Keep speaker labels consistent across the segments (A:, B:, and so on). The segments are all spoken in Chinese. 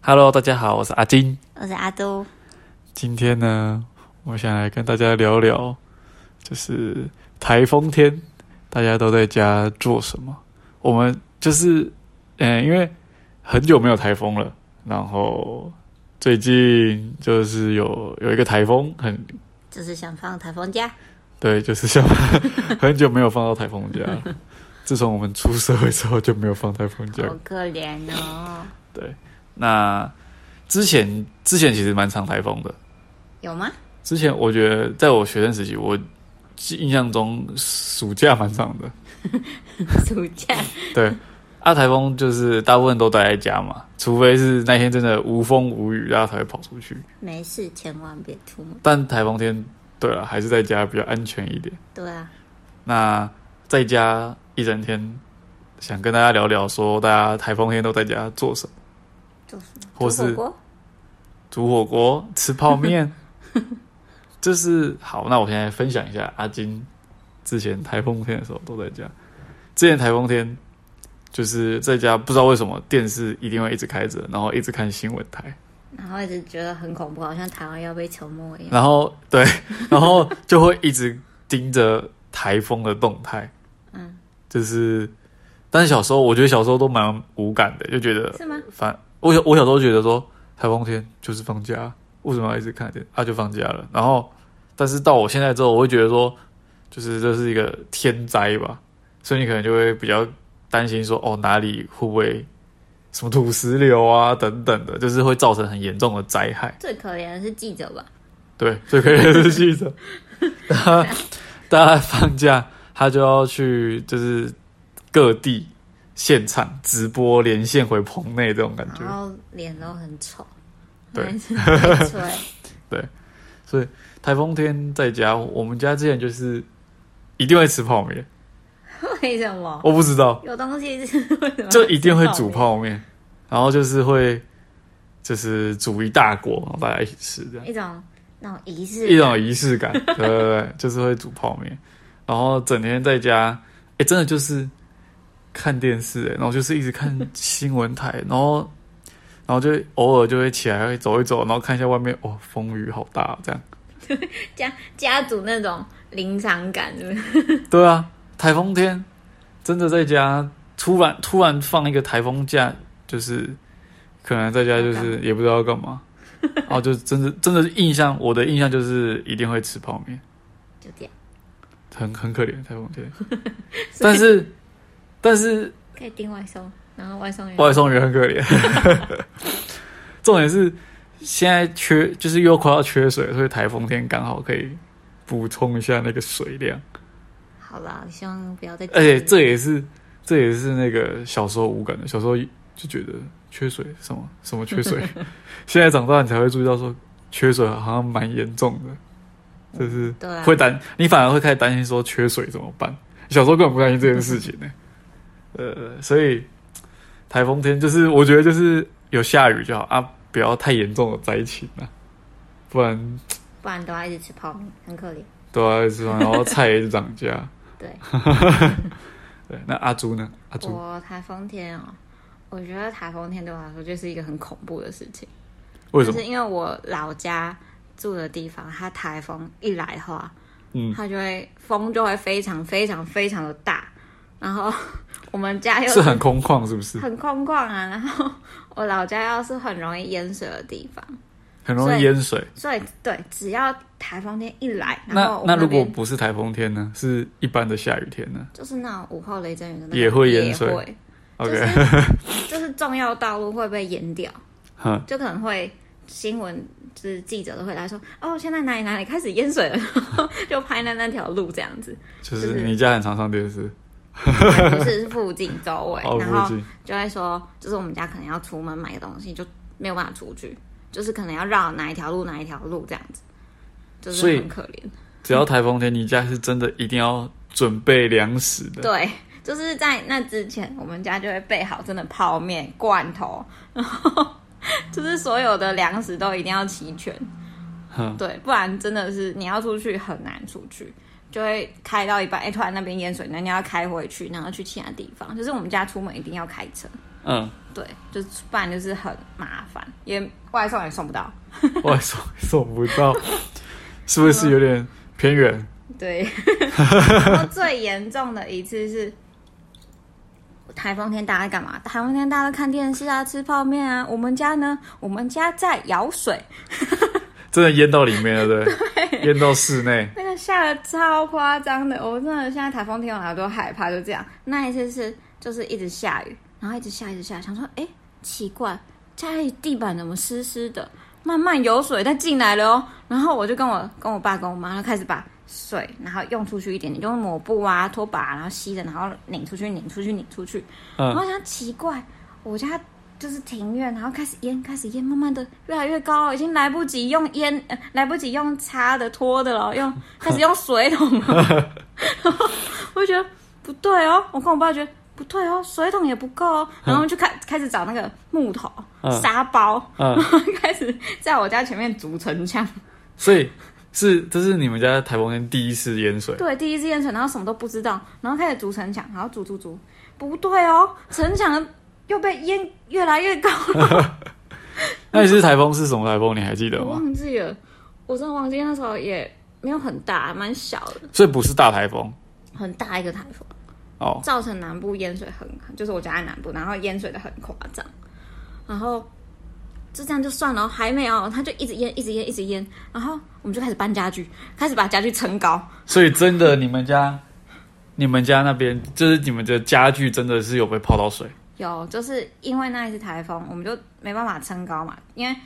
A: Hello，大家好，我是阿金。
B: 我是阿都，
A: 今天呢，我想来跟大家聊聊，就是台风天大家都在家做什么。我们就是，嗯、因为很久没有台风了，然后最近就是有有一个台风，很
B: 就是想放台风假，
A: 对，就是像 很久没有放到台风假了。自从我们出社会之后就没有放台风假
B: 好可怜 哦。
A: 对，那之前之前其实蛮常台风的，
B: 有吗？
A: 之前我觉得，在我学生时期，我印象中暑假蛮长的。
B: 暑假
A: 对，啊，台风就是大部分都待在家嘛，除非是那天真的无风无雨，大家才会跑出去。
B: 没事，千万别出门。
A: 但台风天，对了，还是在家比较安全一点。
B: 对啊，
A: 那在家一整天，想跟大家聊聊说，大家台风天都在家做什么？
B: 做什么？
A: 或
B: 煮火
A: 是
B: 锅？
A: 煮火锅、吃泡面。 就是好，那我现在分享一下阿金之前台风天的时候都在家。之前台风天就是在家，不知道为什么电视一定会一直开着，然后一直看新闻台，
B: 然后一直觉得很恐怖，好像台湾要被沉没一样。
A: 然后对， 然后就会一直盯着台风的动态。
B: 嗯，
A: 就是，但是小时候我觉得小时候都蛮无感的，就觉得
B: 是吗？
A: 反我小我小时候觉得说台风天就是放假，啊为什么要一直看电啊？就放假了。然后，但是到我现在之后，我会觉得说，就是这是一个天灾吧，所以你可能就会比较担心说，哦，哪里会不会什么土石流啊等等的，就是会造成很严重的灾害。
B: 最可怜的是记者吧？
A: 对，最可怜的是记者，他他放假他就要去就是各地现场直播连线回棚内这种感觉
B: 然。后脸都很丑，
A: 对
B: 还是被吹，
A: 台风天在家，我们家之前就是一定会吃泡面，
B: 为什么？
A: 我不知道，
B: 有东西是为什么？
A: 就一定会煮。嗯泡面，然后就是会就是煮一大锅，然后大家一起吃这样。
B: 一种那种仪
A: 一
B: 式感，
A: 种仪式 感，对对对，就是会煮泡面，然后整天在家，哎、真的就是看电视、哎诶然后就是一直看新闻台， 然后然后就偶尔就会起来会走一走，然后看一下外面，哦，风雨好大、这样。
B: 家家族那种临场感，是不是？
A: 对啊，台风天真的在家，突然突然放一个台风假，就是可能在家就
B: 要干
A: 是也不知道要干嘛，然后就真的真的印象，我的印象就是一定会吃泡面。
B: 就这样，
A: 很很可怜，台风天。但是，但是
B: 可以订外送，然后外送员
A: 外送员很可怜。重点是现在缺，就是又快要缺水，所以台风天刚好可以补充一下那个水量。
B: 好啦，希望不要再。
A: 而且哎这也是这也是那个小时候无感的，小时候就觉得缺水什么什么缺水， 现在长大你才会注意到说缺水好像蛮严重的，就是
B: 对啊，
A: 会担，你反而会开始担心说缺水怎么办？小时候根本不担心这件事情呢、 呃，所以台风天就是我觉得就是有下雨就好啊，不要太严重的灾情啊，不然
B: 不然都要一直吃泡面，很可怜。
A: 都要吃完，然后菜也涨价。
B: 对，
A: 对，那阿朱呢？阿朱
B: 我台风天哦，我觉得台风天对我来说就是一个很恐怖的事情，
A: 为什
B: 就
A: 么
B: 是？因为我老家住的地方，它台风一来的话，
A: 嗯，
B: 它就会风就会非常非常非常的大，然后 我们家又
A: 是很空旷是不是？
B: 很空旷啊，然后 我老家又是很容易淹水的地方，
A: 很容易淹水。
B: 所以对，只要台风天一来，然后
A: 那
B: 我
A: 那
B: 们
A: 如果
B: 边
A: 不是台风天呢？是一般的下雨天呢
B: 就是那种午后雷阵雨的那种
A: 也会淹水
B: 也会
A: ？OK，
B: 就是 就是重要道路会被淹掉，
A: 哼，
B: 就可能会新闻就是记者都会来说，哦，现在哪里哪里开始淹水了， 然后就拍那那条路这样子，
A: 就是你家很常上电视，
B: 不是是附近周围，
A: 哦，
B: 然
A: 附
B: 后
A: 近，
B: 就会说，就是我们家可能要出门买个东西，就没有办法出去，就是可能要绕哪一条路哪一条路这样子，就
A: 所
B: 是
A: 以
B: 很可怜。
A: 只要台风天，你家是真的一定要准备粮食的。
B: 对，就是在那之前，我们家就会备好真的泡面、罐头，然后就是所有的粮食都一定要齐全。
A: 哼，
B: 对，不然真的是你要出去很难出去，就会开到一半，哎、突然那边淹水，那你要开回去，然后去其他地方。就是我们家出门一定要开车，
A: 嗯，
B: 对，就是不然就是很麻烦，也外送也送不到。
A: 外送送不 到，是不是有点偏远？
B: 对，然后最严重的一次是台风天，大家在干嘛？台风天大家都看电视啊，吃泡面啊。我们家呢，我们家在舀水，
A: 真的淹到里面了，对不对？淹到室内，
B: 那个下的超夸张的，我真的现在台风天我哪都害怕，就这样。那一次是就是一直下雨，然后一直下一直下，想说哎、诶奇怪，家里地板怎么湿湿的？慢慢有水再进来了哦。然后我就跟我跟我爸跟我妈开始把水，然后用出去一点点，就用抹布啊、拖把，然后吸着，然后拧出去、拧出去、拧出去。 然
A: 嗯
B: 后，我想奇怪，我家就是庭院，然后开始淹，开始淹，慢慢的越来越高了，已经来不及用淹，呃、来不及用擦的、拖的了，用开始用水桶了。 然后我就觉得不对哦，我跟我爸觉得不对哦，水桶也不够哦，然后就开开始找那个木头、
A: 嗯
B: 沙包，
A: 嗯
B: 然后开始在我家前面筑城墙。
A: 所以是这是你们家台风天第一次淹水，
B: 对，第一次验水，然后什么都不知道，然后开始筑城墙，然后筑筑筑，不对哦，城墙又被淹越来越高了，
A: 那一次台风是什么台风？你还记得
B: 我
A: 吗？
B: 忘记了，我真的忘记那时候也没有很大，蛮小的，
A: 所以不是大台风
B: 很大一个台风，
A: 哦，
B: 造成南部淹水很，就是我家在南部，然后淹水的很夸张，然后。就这样就算了，还没有，他就一直淹，一直淹，一直淹，然后我们就开始搬家具，开始把家具撑高，
A: 所以真的你们家。你们家那边就是你们的家具真的是有被泡到水，
B: 有，就是因为那一次台风，我们就没办法撑高嘛，因为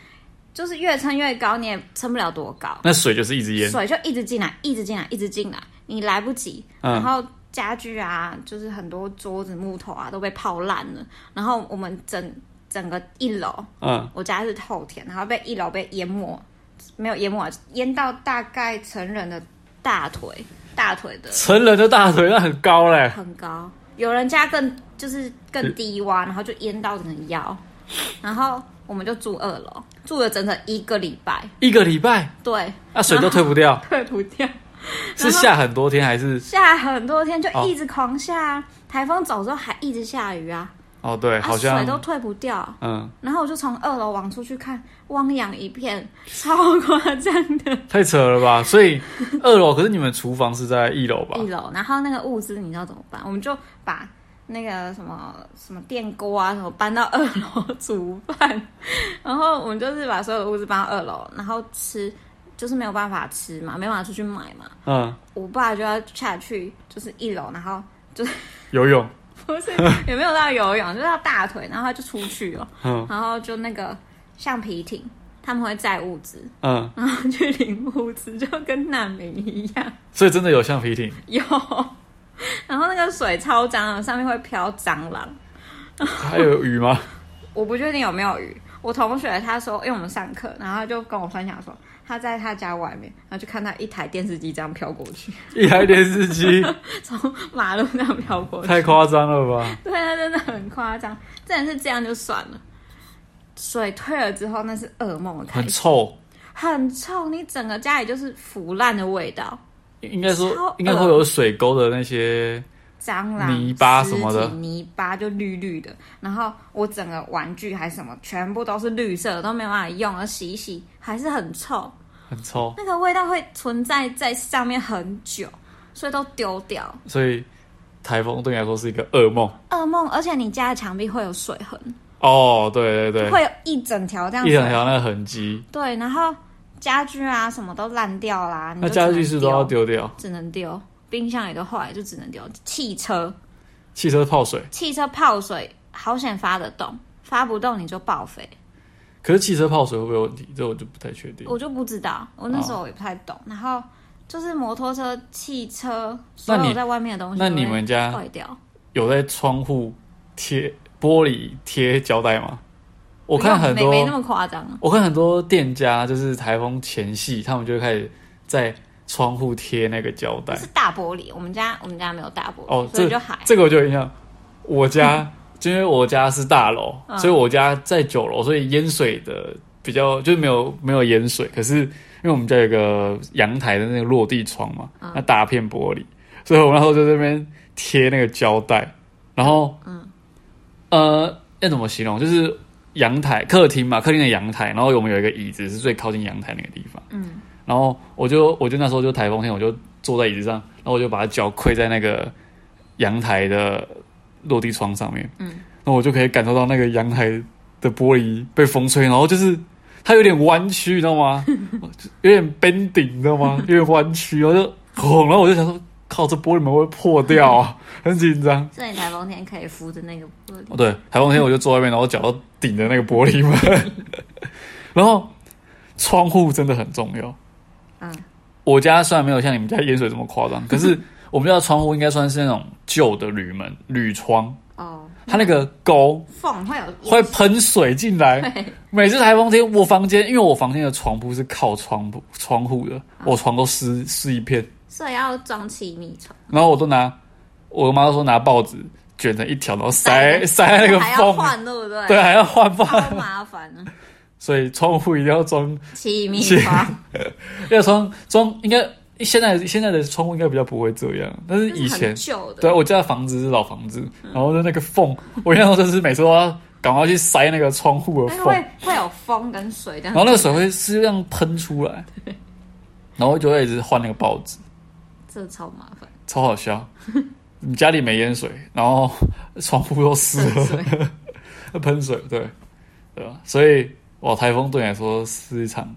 B: 就是越撑越高，你也撑不了多高，
A: 那水就是一直淹，
B: 水就一直进来，一直进来，一直进来，你来不及。
A: 嗯
B: 然后家具啊，就是很多桌子、木头啊都被泡烂了，然后我们整整个一楼，
A: 嗯，
B: 我家是后天，然后被一楼被淹没，没有淹没，啊淹到大概成人的大腿，大腿的
A: 成人的大腿那很高嘞，
B: 很高，有人家更就是更低洼，然后就淹到整个腰，然后我们就住二楼，住了整整一个礼拜，
A: 一个礼拜，
B: 对，
A: 那、水都退不掉，
B: 退不掉，
A: 是啊下很多天还是？
B: 下很多天就
A: 哦
B: 一直狂下啊，台风走之后还一直下雨啊，
A: 哦，对，
B: 啊
A: 好像
B: 水都退不掉，
A: 嗯，
B: 然后我就从二楼往出去看，汪洋一片，超夸张的
A: 太扯了吧！所以二楼，可是你们厨房是在一楼吧
B: 一？楼，然后那个物资你知道怎么办？我们就把。那个什么什么电锅啊，什么搬到二楼煮饭，然后我们就是把所有的物资搬到二楼，然后吃就是没有办法吃嘛，没办法出去买嘛。
A: 嗯，
B: 我爸就要下去就是一楼，然后
A: 游泳，
B: 不是也没有到游泳，就是到大腿，然后他就出去了，
A: 嗯
B: 然后就那个橡皮艇，他们会载物资，
A: 嗯，
B: 然后去领物资，就跟难民一样。
A: 所以真的有橡皮 艇，
B: 有，然后那个水超脏的，上面会飘蟑螂。
A: 还有鱼吗？
B: 我不确定有没有鱼。我同学他说，因为我们上课，然后他就跟我分享说，他在他家外面，然后就看到一台电视机这样飘过去，
A: 一台电视机，
B: 从马路这样飘过去。
A: 太夸张了吧？
B: 对啊，真的很夸张，真的是这样就算了。水退了之后，那是噩梦的开
A: 很
B: 始，
A: 臭，
B: 很臭，你整个家里就是腐烂的味道，
A: 应该
B: 超
A: 说
B: 恶
A: 应该会有水沟的那些，
B: 蟑螂、
A: 泥巴什么的
B: 尸体泥巴就绿绿的。然后我整个玩具还是什么，全部都是绿色的，都没办法用，而洗一洗还是很臭，
A: 很臭，
B: 那个味道会存在在上面很久，所以都丢掉。
A: 所以台风对你来说是一个噩梦。
B: 噩梦，而且你家的墙壁会有水痕，
A: 哦，对对对，
B: 会有一整条这样
A: 一
B: 子。
A: 整条那个痕迹，
B: 对，然后家具啊什么都烂掉啦，你
A: 那
B: 就
A: 家具是不是
B: 只
A: 都要
B: 嗯能丢，
A: 丢掉？
B: 只能丢。冰箱也都坏，就只能丢。汽车，
A: 汽车泡水，
B: 汽车泡水，好险发得动，发不动你就报废。
A: 可是汽车泡水会不会有问题？这我就不太确定。
B: 我就不知道，我那时
A: 哦
B: 候也不太懂。然后就是摩托车、汽车，所
A: 那你
B: 有在外面的东西，
A: 那你们家
B: 坏掉？
A: 有在窗户贴玻璃贴胶带吗？我看很
B: 没没那
A: 多，
B: 么夸张啊。
A: 我看很多店家就是台风前夕，他们就会开始在窗户贴那个胶带
B: 是。大玻璃，我们家我们家没有大玻璃，
A: 哦，
B: 所以
A: 这
B: 就还
A: 这个我就有印象。我 家、就因为我家是大楼，
B: 嗯
A: 所以我家在九楼，所以淹水的比较就是没有没有淹水。可是因为我们家有个阳台的那个落地窗嘛，
B: 嗯
A: 那大片玻璃，所以我那时候就在那边贴那个胶带，然后嗯呃，要怎么形容？就是阳台客厅嘛，客厅的阳台，然后我们有一个椅子是最靠近阳台那个地方，
B: 嗯，
A: 然后我就我就那时候就台风天，我就坐在椅子上，然后我就把脚跪在那个阳台的落地窗上面，
B: 嗯，
A: 那我就可以感受到那个阳台的玻璃被风吹，然后就是它有点弯曲，你知道吗？有点 bending，你知道吗？有点弯曲，然后就轰，然后我就想说，靠，这玻璃门会不会破掉啊，很紧张。
B: 所以台风天可以扶着那个玻璃，
A: 哦，对，台风天我就坐外面，然后脚都顶着那个玻璃门，然后窗户真的很重要。
B: 嗯，
A: 我家虽然没有像你们家淹水这么夸张，可是我们家的窗户应该算是那种旧的铝门、铝窗，
B: 哦，
A: 它那个沟
B: 缝会有
A: 会喷水进来。
B: 对，
A: 每次台风天，我房间因为我房间的床铺是靠窗户窗户的，
B: 啊
A: 我床都湿湿一片，
B: 所以要装气密窗，
A: 然后我都拿我妈都说拿报纸卷成一条，然后塞塞在那个
B: 还要
A: 缝，
B: 换，对哦不对？
A: 对，，还要换放。
B: 超麻烦 啊的，
A: 所以窗户一定要装，
B: 气密
A: 气
B: 窗，
A: 要装装，应该现在现在的窗户应该比较不会这样，但是
B: 这是
A: 以前
B: 很，旧的，
A: 对我家的房子是老房子，然后就那个缝，我印象中就是每次都要赶快去塞那个窗户的
B: 但是
A: 缝，
B: 会会有风跟水这
A: 然后
B: 样，
A: 那个水会是这样喷出来，然后就会一直换那个报纸，
B: 这超麻烦。
A: 超好笑。你家里没淹水，然后窗户都湿
B: 喷
A: 了， 喷水，对，对吧？所以哇，台风对你来说是一场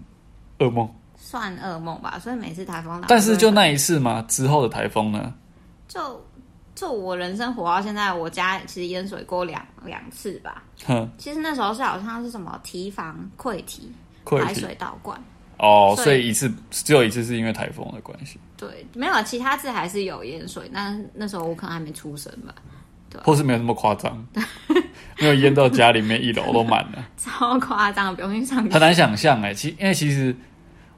A: 噩梦。
B: 算噩梦吧，所以每次台风来，
A: 但是就
B: 我
A: 那一次嘛，之后的台风呢？
B: 就就我人生活到现在，我家其实淹水过两两次吧。
A: 哼，
B: 其实那时候是好像是什么提防溃堤、
A: 溃
B: 排
A: 堤
B: 水道灌，
A: 哦，
B: 所以
A: 所以一次只有一次是因为台风的关系，
B: 对，没有啊其他次还是有淹水，但那时候我可能还没出生吧，
A: 或是没有那么夸张， 没有淹到家里面一楼都满了，
B: 超夸张，不用去 上
A: 很
B: 课。
A: 难想象哎。其因为其实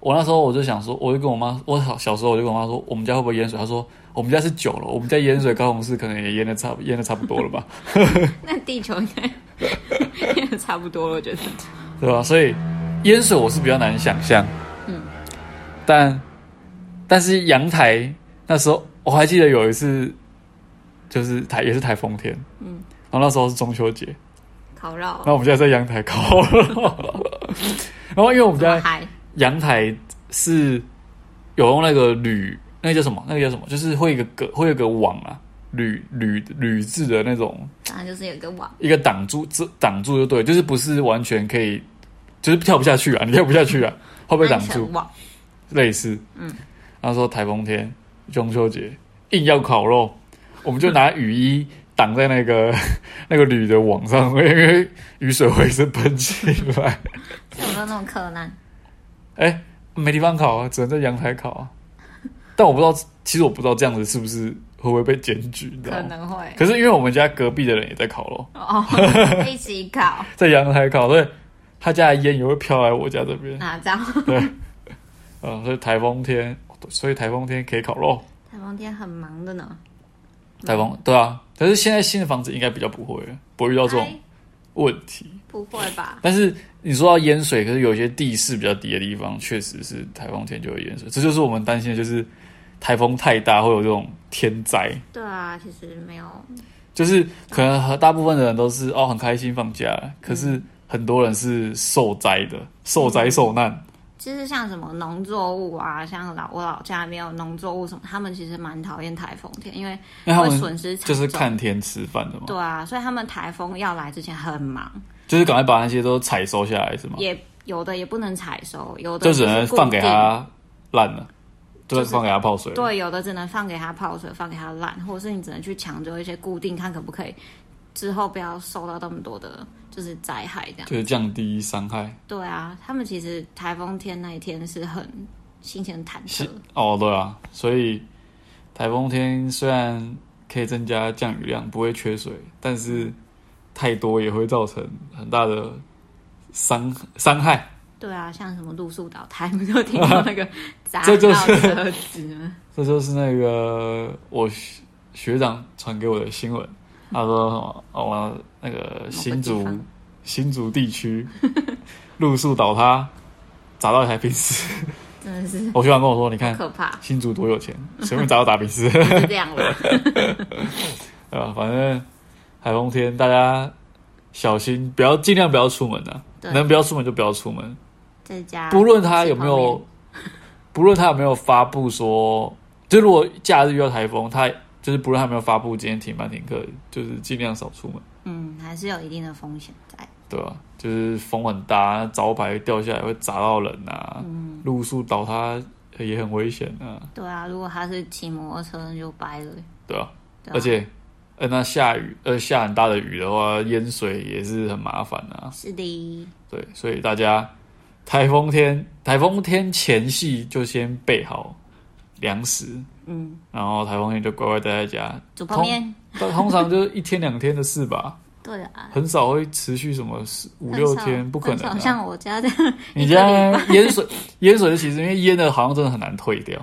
A: 我那时候我就想说，我就跟我妈，我小小时候我就跟我妈说，我们家会不会淹水？她说我们家是九楼，我们家淹水，高雄市可能也淹的差不淹的差不多了吧，
B: 那地球应该 也差不多了，我觉得。
A: 对吧？所以淹水我是比较难想象，
B: 嗯
A: 嗯，但但是阳台那时候我还记得有一次，就是台也是台风天，
B: 嗯
A: 嗯，然后那时候是中秋节，
B: 烤肉
A: 然，后我们 家在阳台烤肉，然后因为我们
B: 我
A: 家
B: 还
A: 阳台是有用那个铝，那个叫什么？那个叫什么？就是会有一个隔，会有一个网啊，铝铝铝制的那种
B: 反正就是有个网，
A: 一个挡住，遮挡住就对，就是不是完全可以，就是跳不下去啊，你 跳不下去啊，会被挡
B: 安
A: 住
B: 全，网，
A: 类似。
B: 嗯，
A: 那时候台风天，中秋节硬要烤肉，我们就拿雨衣挡在那个 那个铝的网上，因为雨水会一直喷起来，
B: 这有没有那么困难？
A: 哎、没地方烤啊，只能在阳台烤啊。 但我不知道，其实我不知道这样子是不是会不会被检举，你知道
B: 可
A: 吗？
B: 能会
A: 可是因为我们家隔壁的人也在烤肉，
B: 哦，一起烤
A: 在阳台烤，所以他家的烟也会飘来我家这边。
B: 啊，这样。
A: 嗯，所以台风天，所以台风天可以烤肉。
B: 台风天很忙的呢，
A: 台风对啊，但是现在新的房子应该比较不会了，不会遇到这种
B: 哎
A: 问题。
B: 不会吧？
A: 但是你说到淹水，可是有些地势比较低的地方，确实是台风天就会淹水。这就是我们担心的，就是台风太大会有这种天灾。
B: 对啊，其实没有，
A: 就是可能和大部分的人都是哦很开心放假了，可是很多人是受灾的，受灾受
B: 嗯
A: 难。
B: 就是像什么农作物啊，像老我老家里面有农作物什么，他们其实蛮讨厌台风天，因为
A: 因为他
B: 会
A: 们
B: 损失惨
A: 就
B: 重
A: 是看天吃饭的嘛，
B: 对啊，所以他们台风要来之前很忙，
A: 就是赶快把那些都采收下来是吗？
B: 也有的也不能采收，有的
A: 哦就只能
B: 是固
A: 放给
B: 定。
A: 它烂了，就是放给它泡水。
B: 对，有的只能放给它泡水，放给它烂，或者是你只能去抢救一些固定，看可不可以之后不要受到那么多的，就是灾害这样。
A: 就是降低伤害。
B: 对啊，他们其实台风天那一天是很心情忐忑
A: 是，哦，对啊，所以台风天虽然可以增加降雨量，不会缺水，但是太多也会造成很大的伤伤害。
B: 对啊，像什么露宿岛台，我们就听到 那个砸
A: 这
B: 到
A: 就是
B: 车子，
A: 这就是那个我学学长传给我的新闻，他说什么哦，我那个新
B: 某
A: 竹
B: 个地方
A: 新竹地区路树倒塌，砸到一台宾士。
B: 真的是
A: 我学长跟我说，你看
B: 可怕，
A: 新竹多有钱，随便砸到打宾士，
B: 是这样了。
A: 对吧？反正台风天大家小心，不要尽量不要出门啊，
B: 对
A: 能不要出门就不要出门。
B: 在家
A: 不论他有没
B: 吃泡
A: 有
B: 面，
A: 不论他有没有发布说，就如果假日遇到台风，他就是不论他有没有发布今天停班停课，就是尽量少出门，
B: 嗯，还是有一定的风险在。
A: 对吧、就是风很大，招牌掉下来会砸到人啊，路树倒塌也很危险啊，
B: 对啊，如果他是骑摩托车那就掰了。
A: 对吧、
B: 对啊
A: 而且，呃，那下雨，呃，下很大的雨的话，淹水也是很麻烦啊。
B: 是的，
A: 对，所以大家台风天，台风天前夕就先备好粮食，
B: 嗯，
A: 然后台风天就乖乖待在家。
B: 煮泡面。
A: 但通常就是一天两天的事 吧，
B: 对啊，
A: 很少会持续什么十五
B: 很
A: 六
B: 少
A: 天，不可能、
B: 很少
A: 啊。
B: 像我家这样，
A: 你
B: 一
A: 这
B: 个礼
A: 样
B: 拜
A: 淹水，淹水的其实因为淹的好像真的很难退掉，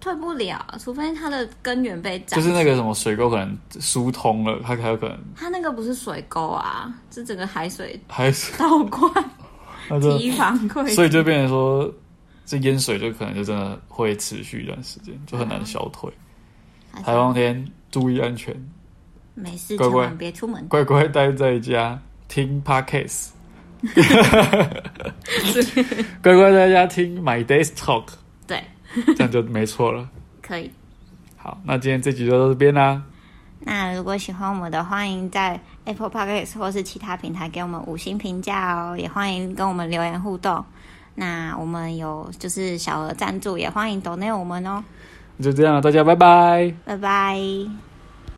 B: 退不了，除非它的根源被斩。
A: 就是那个什么水沟可能疏通了，它才有可能
B: 它那个不是水沟啊，是整个海水
A: 还 是
B: 倒 灌
A: 那个，
B: 提防溃。
A: 所以就变成说，这淹水就可能就真的会持续一段时间，就很
B: 啊
A: 难消退。
B: 还是
A: 台风天注意安全，
B: 没事，
A: 乖
B: 千
A: 乖
B: 万别出门。
A: 乖乖待在家听 podcast，乖乖待在家听 My Days Talk，
B: 对，
A: 这样就没错了。
B: 可以。
A: 好，那今天这集就到这边啦，
B: 那如果喜欢我们的，欢迎在 Apple Podcast 或是其他平台给我们五星评价哦，也欢迎跟我们留言互动。那我们有就是小额赞助，也欢迎 d o 我们哦，
A: 就这样了，大家拜拜。
B: 拜拜。